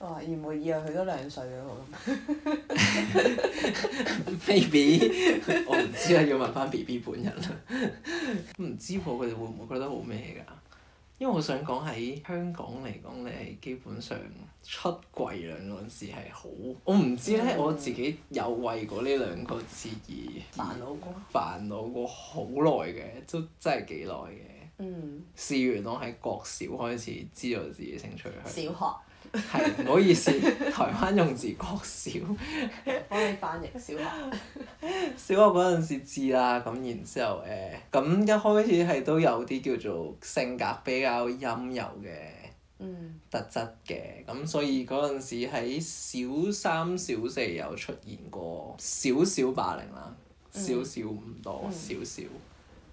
哇而無意外佢都兩歲啦，我
baby，我唔知啊，要問翻 B B 本人啊啦。唔知喎，佢哋會唔會覺得好咩㗎？因為我想講喺香港嚟講，你係基本上出櫃兩個字係好，我唔知咧，
嗯
我自己有為過呢兩個字而
煩惱過
煩惱過好耐嘅，都真係幾耐嘅。
嗯
試完我喺國小開始知道自己性取
小
向，
學
係唔好意思， 台灣用字國小。
幫你翻譯小學
小學嗰陣時知啦，咁然之後誒，咁、一開始係都有啲叫做性格比較陰柔嘅
嗯
特質嘅，咁所以嗰陣時喺小三小四有出現過少少霸凌啦，
嗯
少少唔多
嗯
少少，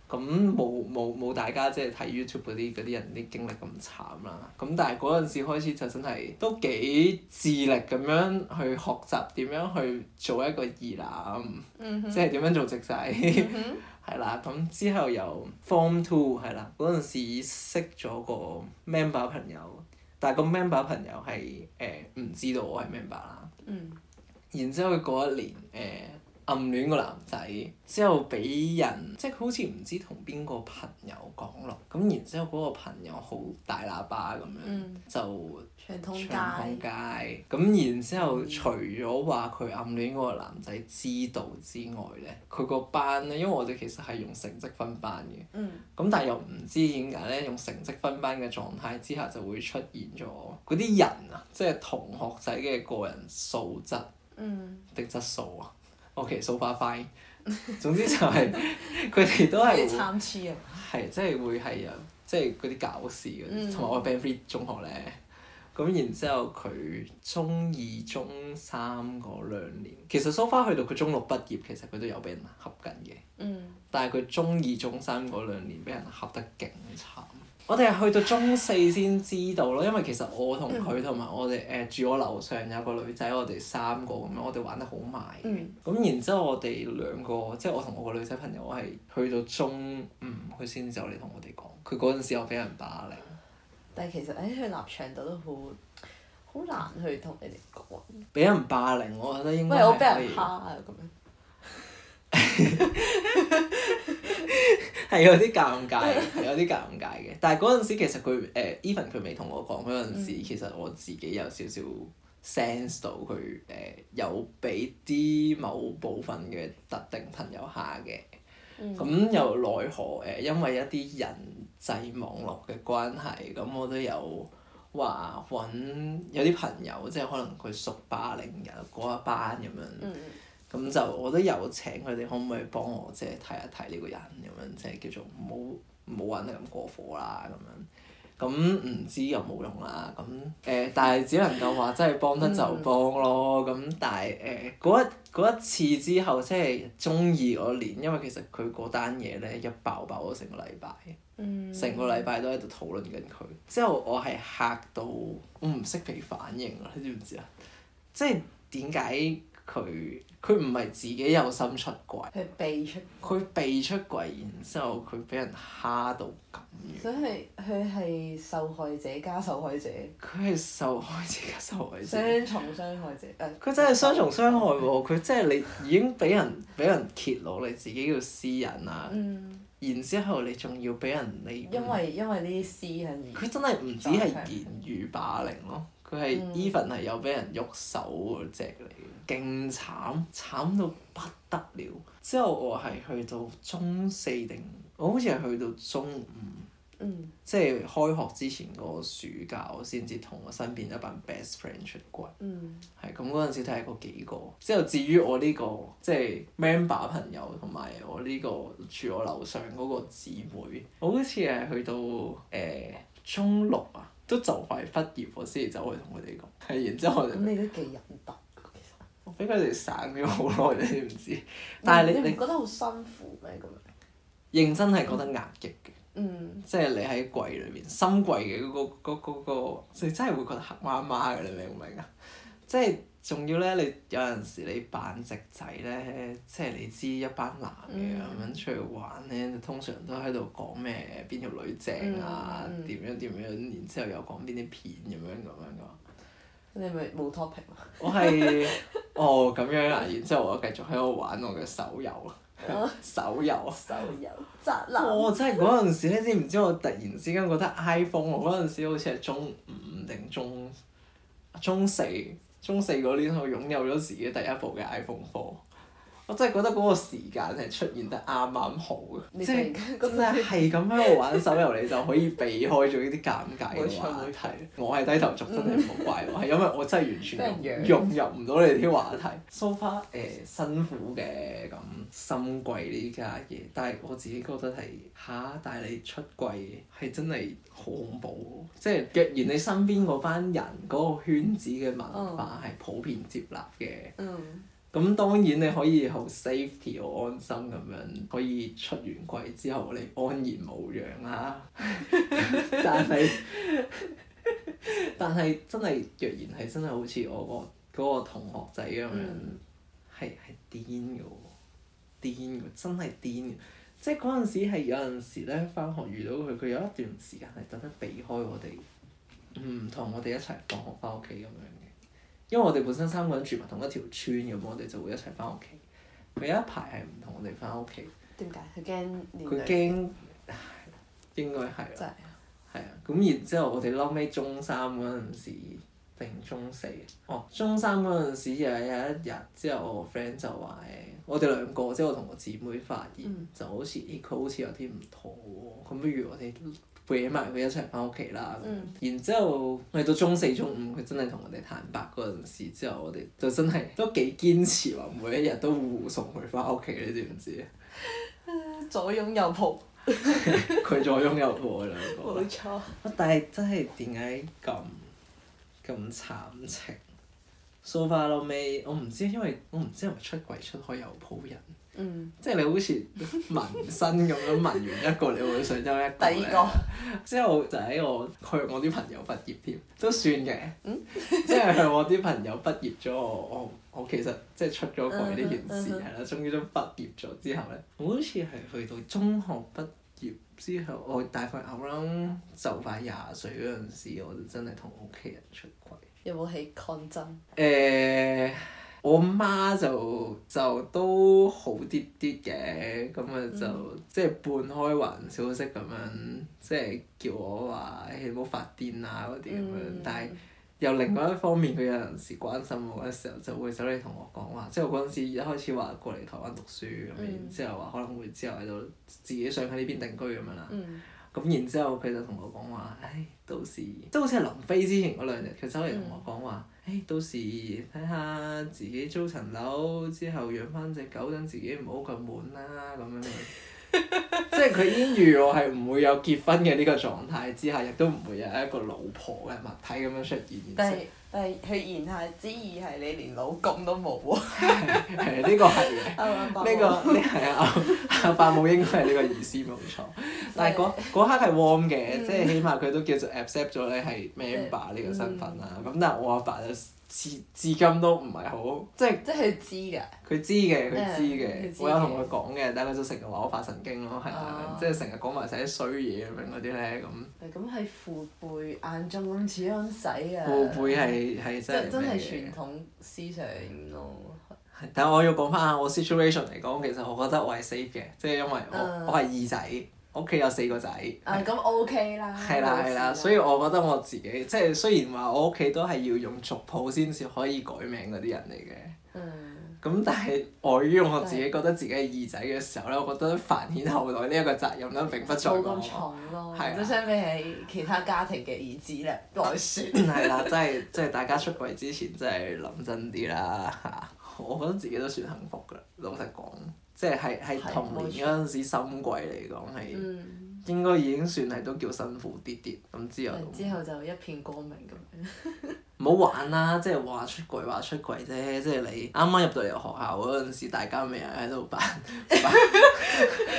咁冇冇冇大家即係睇 YouTube 嗰啲嗰啲人啲經歷咁慘啦，咁但係嗰陣時開始就真係都幾致力咁樣去學習點樣去做一個二男。
嗯哼嗯
即係點樣做直仔，
哼
係啦。咁之後由 Form Two 係啦，嗰陣時識咗個 member 朋友，但係個 member 朋友係誒唔知道我係 member 啦。
嗯。
然之後佢嗰一年誒、暗戀個男仔，之後俾人即係好似唔知同邊個朋友講落，咁然之後嗰個朋友好大喇叭咁樣，
嗯
就
長通街，嗯
長通街，咁然之後，除咗話佢暗戀嗰個男仔知道之外咧，佢個班咧，因為我哋其實係用成績分班嘅，
嗯
咁但係又唔知點解咧，用成績分班嘅狀態之下就會出現咗嗰啲人啊，即係同學仔嘅個人素質
嗯
定質素啊。OK，數化 fine，總之就係佢哋都
有
係
啲
會
參差啊，
係即係會係有啊即係嗰啲搞事嘅，
嗯
同埋、我 band free 中學咧，咁然之後佢中二、中三嗰兩年，其實 so far 去到佢中六畢業，其實佢都有俾人恰緊嘅，
嗯
但係佢中二、中三嗰兩年俾人恰得勁慘，我哋係去到中四先知道咯，因為其實我同
嗯
佢同埋我哋誒、呃住我樓上有個女仔，我哋三個咁樣，我哋玩得好埋。
嗯
咁然之後我哋兩個，即係我同我個女仔朋友，我係去到中五佢先走嚟同我哋講，佢嗰陣時又俾人霸凌。
但係其實喺佢立場度都好好難去同你哋講。
俾人霸凌，我覺得應該
嗯喂，我
係可
俾
以
人蝦啊咁樣。
係有啲尷尬嘅，係有啲尷尬嘅。但係嗰陣時其實佢誒，even 佢未同我講嗰陣時，其實我自己有少少 sense 到佢誒、呃有俾啲某部分嘅特定朋友下嘅。
嗯
咁、又奈何誒、呃因為一啲人際網絡嘅關係，咁我都有話揾有啲朋友，即係可能佢屬霸凌人嗰一班咁樣。
嗯
咁就我都有請佢哋，可唔可以幫我即係睇一睇呢個人咁樣，即係叫做唔好唔好玩得咁過火啦咁樣。咁唔知有冇用啦，咁誒、呃但係只能夠話真係幫得就幫咯，咁、但係誒嗰一嗰一次之後，即係中意我年，因為其實佢嗰單嘢咧一爆爆咗成個禮拜，
嗯。
成、個禮拜都喺度討論緊佢。之後我係嚇到我唔識俾反應啦，你知唔知啊？即係點解佢佢唔係自己有心出軌，
佢避出，
佢被出軌，然之後佢俾人蝦到咁樣。
所以係佢係受害者加受害者，
佢係受害者嘅受害者。
雙重傷害者。呃誒
佢真係雙重傷害喎！佢真係你已經俾人俾人揭露你自己嘅私隱啊，
嗯，
然之後你仲要俾人你
因為因為呢啲私隱而
佢真係唔止係言語霸凌咯，佢係
嗯
even 係有俾人喐手嗰只嚟嘅，勁慘慘到不得了。之後我係去到中四定，我好似係去到中五，
嗯
即係開學之前個暑假，我先至同我身邊一班 best friend 出櫃。
嗯
係咁嗰陣時睇嗰幾個，之後至於我呢、個即係 member 朋友同埋我呢個住我樓上嗰個姊妹，我好似係去到誒、呃中六啊，都就快畢業我先至走去同佢哋講，係然之後我
咁
就
你都幾忍得㗎其實。
我俾佢哋省咗好耐，你知唔知？但係你
你
你
唔覺得好辛苦咩？咁樣
認真係覺得壓抑嘅。
嗯
即係你喺櫃裏面，深櫃嘅嗰個嗰嗰個，你真係會覺得黑麻麻嘅，你明唔明啊？即係仲要咧，你有陣時你扮直仔咧，即係你知一班男嘅咁樣
嗯
出去玩咧，就通常都喺度講咩邊條女正啊
嗯嗯，嗯
點樣點樣，然之後又講邊啲片咁樣咁樣噶。
你咪冇 topic
我係 哦咁樣啊，然之後我繼續喺度玩我嘅手遊，
咯，
手遊啊。
手遊宅男。
我真係嗰陣時咧，知唔知我突然之間覺得 iPhone，我嗰陣時好似係中五定中中四，中四嗰年我擁有咗自己第一部嘅 iPhone Four。我真係覺得嗰個時間係出現得啱啱好嘅，即
你突
係
然間覺
真
得
係係咁喺度玩手遊，你就可以避開咗呢啲尷尬嘅話
冇錯冇
題。我係低頭族，真係唔好怪我，係因為我真係完
俾
全
人養
融入唔到你哋啲話題。so far 誒辛苦嘅咁深櫃呢家嘢，但係我自己覺得係吓、但係你出櫃係真係好恐怖喎，即係若然你身邊嗰班人嗰、個圈子嘅文化係普遍接納嘅。
嗯
咁當然你可以好 safety 好安心咁樣，可以出完櫃之後你安然無恙啦。 但係 但係真係若然係真係好似我個嗰個同學仔咁樣，
嗯
係係癲嘅喎，癲嘅真係癲嘅。即係嗰陣時係有陣時咧，返學遇到佢，佢有一段時間係特登避開我哋，唔同我哋一齊放學返屋企咁樣嘅。因為我哋本身三個人住埋同一條村咁，我哋就會一齊翻屋企。佢有一排係唔同我哋翻屋企，
點解佢驚連
佢驚應該係
真
啦，
係
係啊。咁然之後，我哋嬲尾中三嗰陣時定中四，哦，中三嗰陣時又有一日之後，我個 friend 就話誒，我哋兩個即係我同我姊妹發現，
嗯
就好似咦佢好似有啲唔妥喎，咁不如我哋搲埋佢一齊翻屋企啦。咁樣
嗯
然之後，我哋到中四、中五，佢真係同我哋坦白嗰陣時之後，我哋就真係都幾堅持話每一日都護送佢翻屋企，你知唔知啊？
左擁右抱，
佢左擁右抱我兩個
冇，
啊
錯。
但係真係點解咁咁慘情？ so far 到尾，我唔知，因為我唔知係咪出櫃出開有鋪人，
嗯，
即係你好似 紋身咁樣紋完一個，你會想有一個
第
呢
二個
之後就喺我去我啲朋友畢業添，都算嘅。
嗯
即係去我啲朋友畢業咗，我我我其實即係出咗櫃呢件事
嗯嗯嗯
係啦，終於都畢業咗之後咧，我好似係去到中學畢業之後，我大概 around 就快廿歲嗰陣時，我就真係同屋企人出櫃。
有冇起抗爭？
誒、我媽就就都好啲啲嘅，咁啊就、
嗯
即係半開玩笑式咁樣，即係叫我話誒唔好發癲啊嗰啲咁樣，
嗯
但係。又另外一方面，佢有陣時關心我嘅時候，就會走嚟同我講話，即係我嗰陣時一開始話過嚟台灣讀書咁，
嗯
然之後話可能會之後喺度自己想喺呢邊定居咁樣啦。
嗯
咁然之後佢就同我講話，唉，到時即係好似係臨飛之前嗰兩日，佢走嚟同我講話，
嗯
唉，到時睇下自己租層樓之後養翻隻狗，等自己唔好咁悶啦咁樣。 即係佢已經預我係唔會有結婚嘅呢個狀態之下，亦都唔會有一個老婆嘅物體咁樣出現。
但係但係佢言下之意係你連老公都冇喎，
係呢個係嘅。
啱唔啱啊
呢個呢係啊，阿伯母應該係呢個意思冇錯。但 係嗰嗰刻係 warm
嗯
嘅，即係起碼佢都叫做 accept 咗你係 member 呢個身份啦。
嗯
咁但係我阿爸就至至今都唔係好，即係
即係佢知㗎。
佢知嘅，佢知
嗯
嘅
佢，知
我有同佢講嘅，但係佢就成日話我發神經咯，係啊
哦，
即係成日講埋晒啲衰嘢咁樣嗰啲咧，咁
誒咁喺父輩眼中咁似樣使啊！
父輩係係
即
真係
真係
咩
傳統思想咯。
係但係我要講翻下我 situation 嚟講，其實我覺得我係 safe 嘅，即係因為我
嗯
我係二仔，我屋企有四個仔。
啊，咁 OK 啦。啊
係啦係啦，所以我覺得我自己即係雖然話我屋企都係要用族譜先至可以改名嗰啲人嚟
嗯，
嘅，咁但係礙於我自己覺得自己係二仔嘅時候咧，我覺得繁衍後代呢一個責任咧並不在
冇
我
咁。重咯
係啊，
都相比起其他家庭嘅兒子咧來説。
係啦，真係即係大家出櫃之前真係諗真啲啦 嚇，我覺得自己都算幸福㗎，老實講，即係係係
係
童年嗰陣時深櫃嚟講係
嗯，
應該已經算係都叫辛苦啲啲，咁之後。
之後就一片光明咁樣。
唔好玩啦，即係話出櫃話出櫃啫，即係你啱啱入到嚟學校嗰陣時，大家咪又喺度扮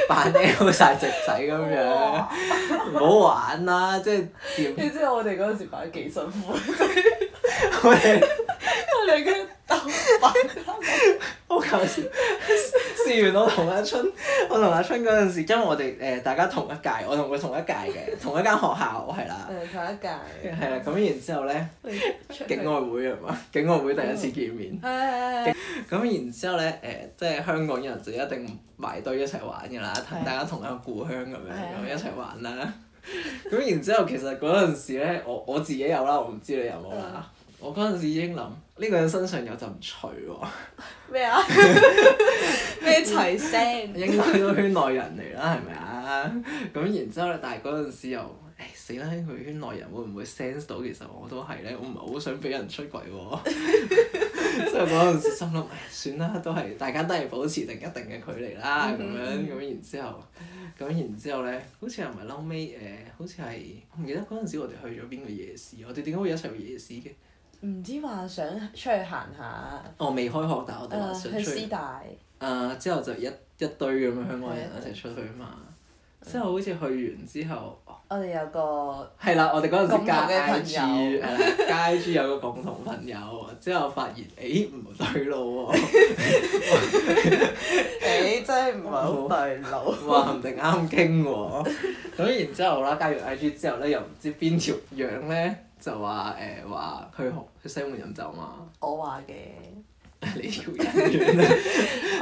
扮扮 L 晒隻仔咁樣，唔好玩啦！即係點？
你知我哋嗰陣時擺得幾辛苦，
我哋
我哋嘅鬥法。
好搞笑。試完我同阿春，我同阿春嗰陣時，因為我哋誒、呃大家同一屆，我同佢同一屆嘅，同一間學校係啦，
誒，上一屆。
係啦。咁然之後咧，
勁
警外會係嘛？警外會第一次見面。
誒
咁然之後咧，誒、即係香港人就一定埋堆一齊玩㗎啦，
係啊
大家同一個故鄉咁樣咁
係
一
啊
齊玩啦。 咁然之後，其實嗰陣時咧，我我自己有啦，我唔知你有冇
嗯
啦。我嗰陣時已經諗，呢個人身上有陣除喎，
咩 啊？咩齊聲？
應該都圈內人嚟啦，係咪啊？咁然之後咧，但係嗰陣時又，誒死啦！佢圈內人會唔會 sense 到其實我都係咧？我唔係好想俾人出軌喎。即係嗰陣時心諗，唉算啦，都係大家都係保持定一定嘅距離啦，咁樣咁然之後，咁然之後咧，好似係咪嬲尾誒？好似係我唔記得嗰陣時我哋去咗邊個夜市，我哋點解會一齊去夜市嘅？
唔知話想出去行下，
我未開學，但我哋話
誒
想
哦去
出
師
去。
大，
誒啊之後就一一堆咁樣香港人
啊
一齊出去嘛。之後好似去完之後，哦
我哋有個
係啦，我哋嗰陣時加
共同嘅朋
I
友
G，係啦，加 I G 呃有個共同朋友，之後發現，誒唔對路喎。
誒真係唔係好對路，
話唔定啱傾喎。咁然之後啦，加完 IG 之後咧，又唔知邊條樣咧就話誒話去紅去西門飲酒 嘛。
我話嘅，
你條啊人樣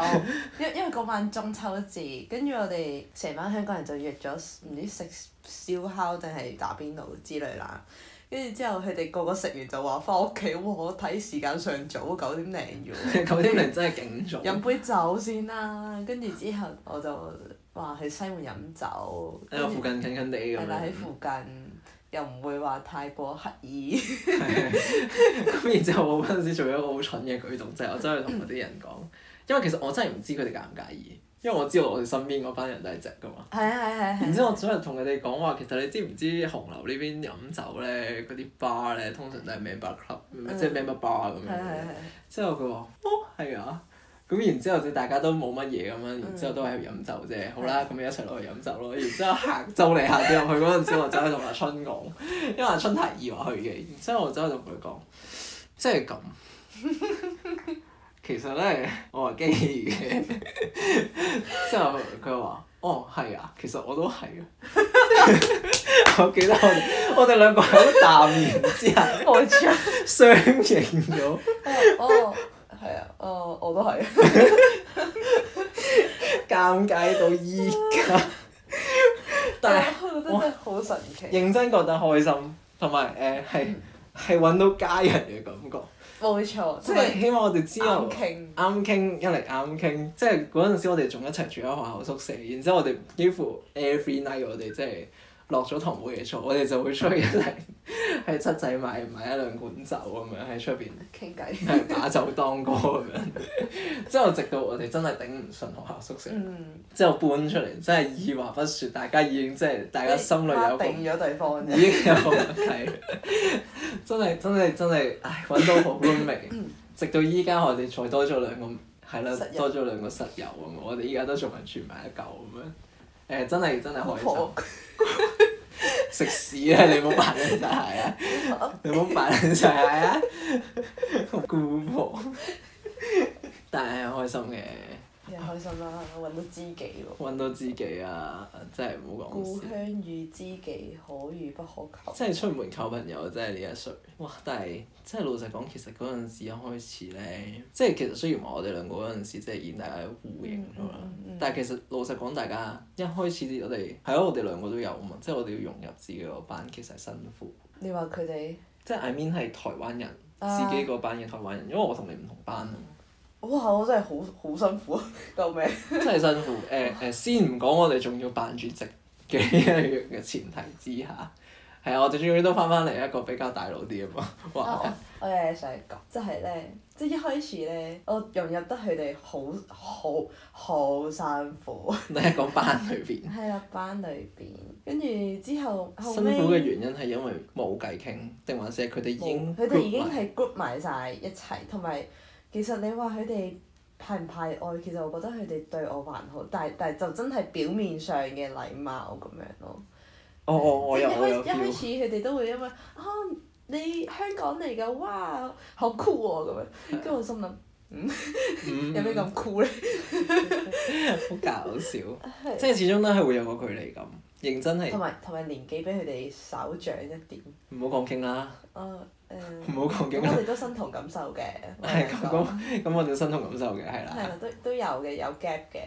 哦， 因因為嗰晚中秋節，跟住我哋成班香港人就約咗唔知食燒烤定係打邊爐之類啦。跟住之後，佢哋個個食完就話翻屋企喎，我睇時間尚早，九點零 啫喎。
九點零真係勁早。
飲杯酒先啦，跟住之後我就話去西門飲酒，
喺個附近近近地咁
係啦，喺
樣。
附近又唔會話太過刻 意，
咁然之後，我嗰陣時做咗一個好蠢嘅舉動，就係我真係同嗰啲人講，因為其實我真係唔知佢哋介唔介意。因為我知道我哋身邊嗰班人都係直噶嘛。
係啊係啊係啊。
然之後我嗰日同佢哋講話，其實你知唔知紅樓呢邊飲酒咧，嗰啲 bar 咧通常都係 member club，即係 member bar 咁樣
係啊係
嘅
啊。係啊。
之後佢話：哦，係啊。咁然之後就大家都冇乜嘢咁樣，然之後都係飲酒啫。好啦，咁咪一齊落去飲酒咯。然之後行 就嚟行咗入去嗰陣時，我走去同阿春講，因為阿春提議話去嘅。然之後我走去同佢講，即係咁。其實咧，我係基嘅。之後佢話：哦，係啊，其實我都係啊。 我記得我哋我哋兩個好淡然之下
我知啊。
相認咗。
哦，係啊，哦，我都係。
尷尬到依家，但係
我覺得真係好神奇。
認真覺得開心，同埋誒係係揾到家人嘅感覺，
冇錯，
即
即
係
係
希望我哋之後
啱傾。
啱傾一嚟啱傾，即係嗰陣時我哋仲一齊住喺學校宿舍，然之後我哋幾乎 every night 我哋即係落咗堂冇嘢做，我哋就會出去一齊 喺七仔買買一兩罐酒咁樣喺出邊。
傾偈。
係 把酒當歌咁樣，之後直到我哋真係頂唔順學校宿舍，
嗯。
之後搬出嚟，真係二話不説，大家已經即係大 家心裏有個
定咗對方
已
啫。
經有個默契，真係 真係真係，唉，揾到好 roommate，直到依家我哋再多咗兩個，係啦
室，友
多咗兩個室友咁，我哋依家都仲係住埋一嚿咁樣，誒、真係真係
好
開心
婆，。
食屎啊！你冇扮撚曬 啊！你冇扮撚曬啊！姑婆，但係開心嘅，
又開心啦，揾到知己喎。
揾到知己啊！真係唔好講
故
笑。
鄉遇知己，可遇不可求。
真係出門靠朋友，真係呢一歲。哇！但係真係老實講，其實嗰陣時一開始咧，即係其實雖然話我哋兩個嗰陣時即係演大家互認咗啦，
嗯嗯嗯
但係其實老實講，大家一開始我哋係咯，我哋兩個都有啊嘛，即係我哋要融入自己嗰班，其實係辛苦。
你話佢哋，
即係 I mean 係台灣人，
啊
自己嗰班嘅台灣人，因為我同你唔同班啊，
哇！我真係好好辛苦啊， 救命！
真係辛苦。誒誒、 先唔講我哋仲要扮住直嘅一樣嘅前提之下，係啊，我哋終於都翻返嚟一個比較大佬啲啊嘛，話題
啊 我我有嘢想講，即係咧，即係一開始咧，我融入得佢哋好好好辛苦，
你喺個班裏邊，
喺啦班裏邊，跟住之後後
辛苦嘅
尾
原因係因為冇偈傾，定還是係佢哋已經
冇佢哋已經
group 埋
係 group 埋晒一齊，同埋其實你話佢哋排唔排外，其實我覺得佢哋對我還好，但係但係就真係表面上嘅禮貌咁樣咯。
哦哦，我
即
有
係
我有
一開一開
feel，
始佢哋都會因為啊你香港嚟㗎，哇好酷喎咁樣，跟住我心諗
嗯
有咩咁酷咧？
好搞 笑，即係始終都係會有個距離感。認真係
同埋同埋年紀比佢哋稍長一點，
唔好講傾啦，
啊誒，
唔好講
咁
傾
我
啦。
哋都身同感受嘅，我
係
哋
咁
講
咁咁，我哋身同感受嘅係
哦係啦
啦。，
都都有嘅，有 gap 嘅。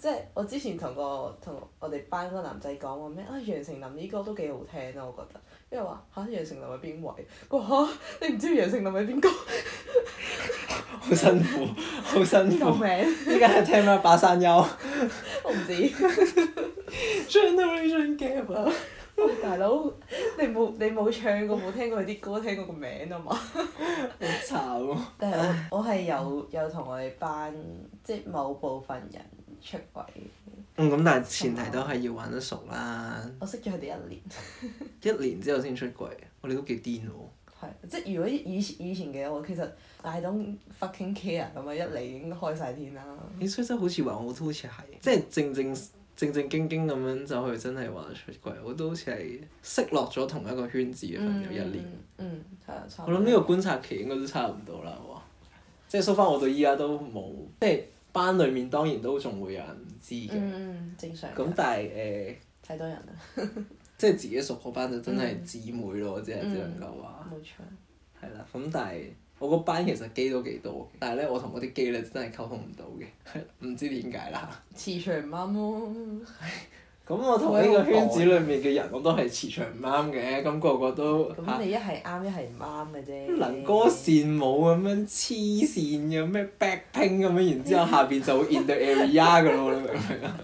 即係我之前同個同我哋班嗰個男仔講話咩啊，楊丞琳呢歌都幾好聽啊，我覺得。跟住話吓，楊丞琳係邊位？佢話吓，你唔知楊丞琳係邊個？
好辛苦，好辛
救
苦。
命！
依家係聽咩把山丘
我唔知。
generation gap 啊！
喂大佬，你冇你冇唱過冇聽過佢啲歌，聽過個名啊嘛？
好慘啊！
但係我我係有有同我哋班即係某部分人出軌，
嗯，咁但係前
啊
提都係要玩得熟啦。
我識咗佢哋一年，
一年之後先出櫃，我哋都幾癲喎。
係即係如果以前以前嘅我其實 I don't fucking care 咁啊，一嚟已經開晒天啦。
你雖則好似話我都好似係，即係正正正正經經咁樣走去真係話出櫃，我都好似係識落咗同一個圈子嘅朋友一年。，
嗯，係啊，差
我
唔多。
諗呢個觀察期應該都差唔多啦，哇！即係 so far 我到依家都冇，即係班裡面當然都仲會有人唔知嘅，咁、
嗯嗯正常。
但係誒、呃
太多人啊啦，
即係自己熟嗰班就真係姊妹
嗯
咯，即係只能夠話。
冇錯。
係啦，咁但係我個班其實機都幾多嘅，但係咧我同嗰啲機咧真係溝通唔到嘅， 係啦唔知點解啦。
磁場唔啱咯，
咁我同呢個圈子裏面嘅人，我都係磁場唔啱嘅，咁個個都嚇
咁你一係啱一係唔啱嘅啫。
能歌善舞咁樣黐線嘅咩 backping 咁樣，然之後下邊就會 in the area 嘅咯，你明唔明啊？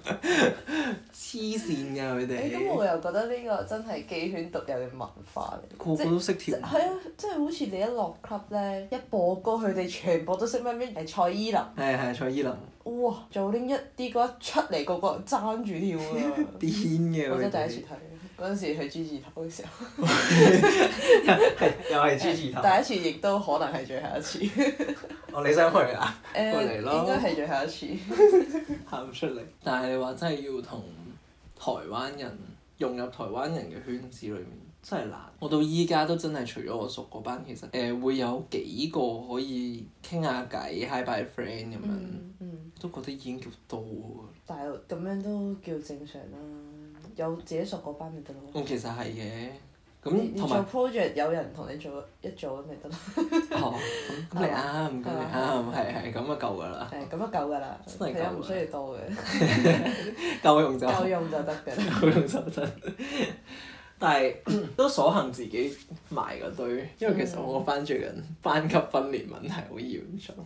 黐黐線㗎佢
誒咁我
哋，
又覺得呢個真係妓圈獨有嘅文化嚟。
個個都識
即
跳
係啊，即係好似你一落 club 咧，一播歌佢哋全部都識咩咩誒蔡依林，
係係蔡依林
哇！做拎一啲歌一出嚟，個個人爭住跳啊！
癲嘅
我
佢
真係
哋
第一次睇，嗰陣時去 G 字頭嘅時候，
係 又係 G 字頭，
第一次亦都可能係最後 一次。誒、
哦你想去啊？過嚟咯
應該係最後一次。
喊出嚟，但係你話真係要同台灣人融入台灣人嘅圈子裏面，真係難。我到依家都真係除咗我熟嗰班，其實誒、呃、會有幾個可以傾下偈、hi bye friend 咁樣，
嗯嗯，
都覺得已經叫多㗎啦。
但係咁樣都叫正常啦，有自己熟嗰班咪得咯。
咁其實係嘅，
你
咁
你
同
做
埋
project 有人同你做一組 咪得咯，
哦，咁咁你啱，咁 你啱，係係咁啊夠㗎啦，
誒咁就夠㗎啦，
真
其
係夠
實唔
㗎
需要多嘅，
夠用就
夠用就得㗎 啦。
好用手真，但係都所幸自己埋嗰堆，因為其實我班最近班級分裂問題好嚴重，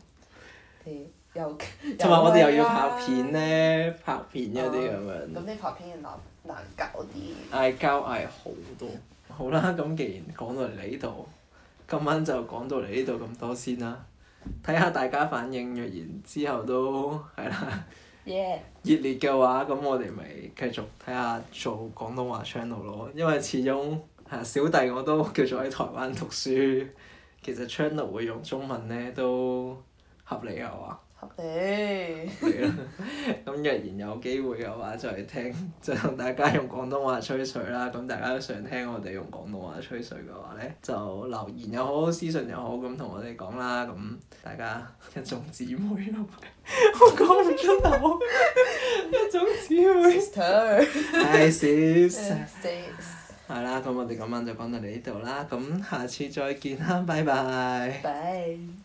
誒又
同埋我哋又要拍片，啊咧，拍片嗰啲咁
咁
樣，
你拍片又難難搞啲。
嗌交嗌好多。好啦，咁既然講到嚟呢度，今晚就講到嚟呢度咁多先啦。睇下大家反應，若然之後都係啦
耶！
熱烈嘅話，咁我哋咪繼續睇下做廣東話 channel 咯。因為始終係小弟我都叫做喺台灣讀書，其實 channel 會用中文咧都合理嘅啊話。
合理。
係啦，咁若然有機會嘅話，就係聽， 就同大家用廣東話吹水啦。咁大家都想聽我哋用廣東話吹水嘅話咧，就留言又好，私信又好，咁同我哋講啦。咁大家一種姊妹咯， 我講唔出口，一種姊妹。
Sister。
係 s
Stays。
係啦，咁我哋今晚就講到嚟呢度啦。咁下次再見啦，拜拜。
Bye。